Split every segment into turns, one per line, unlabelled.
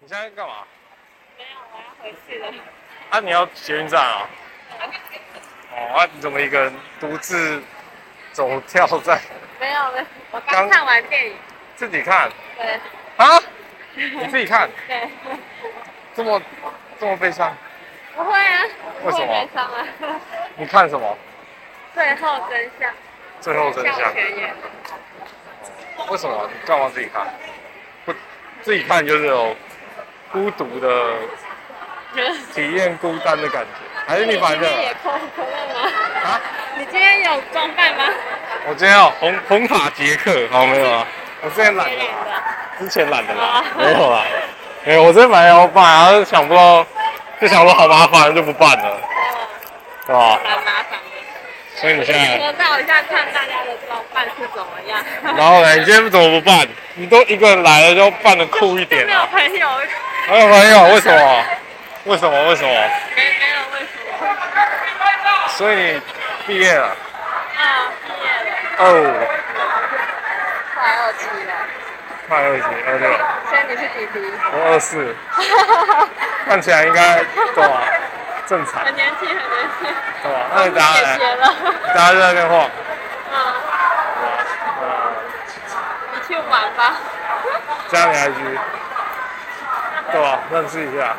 你现在干嘛？
没有，我要回去了。
啊，你要捷运站啊？哦，啊，你怎么一个人独自走跳在
没有没有，我
刚
刚看完电影。
自己看
对
啊？你自己看
对，
这么这么悲伤？
不会啊，
为
不
什
会
么
悲伤啊。
你看什么？
最后真相，
最后真
向
相？
前演。
为什么？你干嘛自己看？不，自己看就是有孤独的体验，孤单的感觉，还是你反
今天
正
也空空了吗？
啊？
你今天有装扮吗？
我今天要红红塔捷克，好没有啊？我之前懒
没
得
染
啦，
的。
之前懒得啦
啊，
没有啦，没有。我之前买要办，然后想不到，就想说好麻烦，就不办了，
哦，
是吧？
蛮麻烦的。
所以你现在，
我照一下看大家的装扮是怎么样。
然后呢？你今天怎么不办？你都一个人来了，就办的酷一
都
点
没有
啊！
朋友，
没有没有，为什么？为什么？为什么？
没没有为什么？
所以你毕业了
啊，毕业了，
哦，
快二期了。
快二十二六，
所以你是弟弟，
我二四，看起来应该对吧？正常
很年轻，很年轻。
对吧？那你等下
谢
来，
谢了。
大家就在那边晃。
嗯，
呃，
你去玩吧。
加你 IG，对吧？认识一下。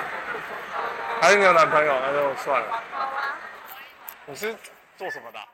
还是你有男朋友，那就算了。你是做什么的啊？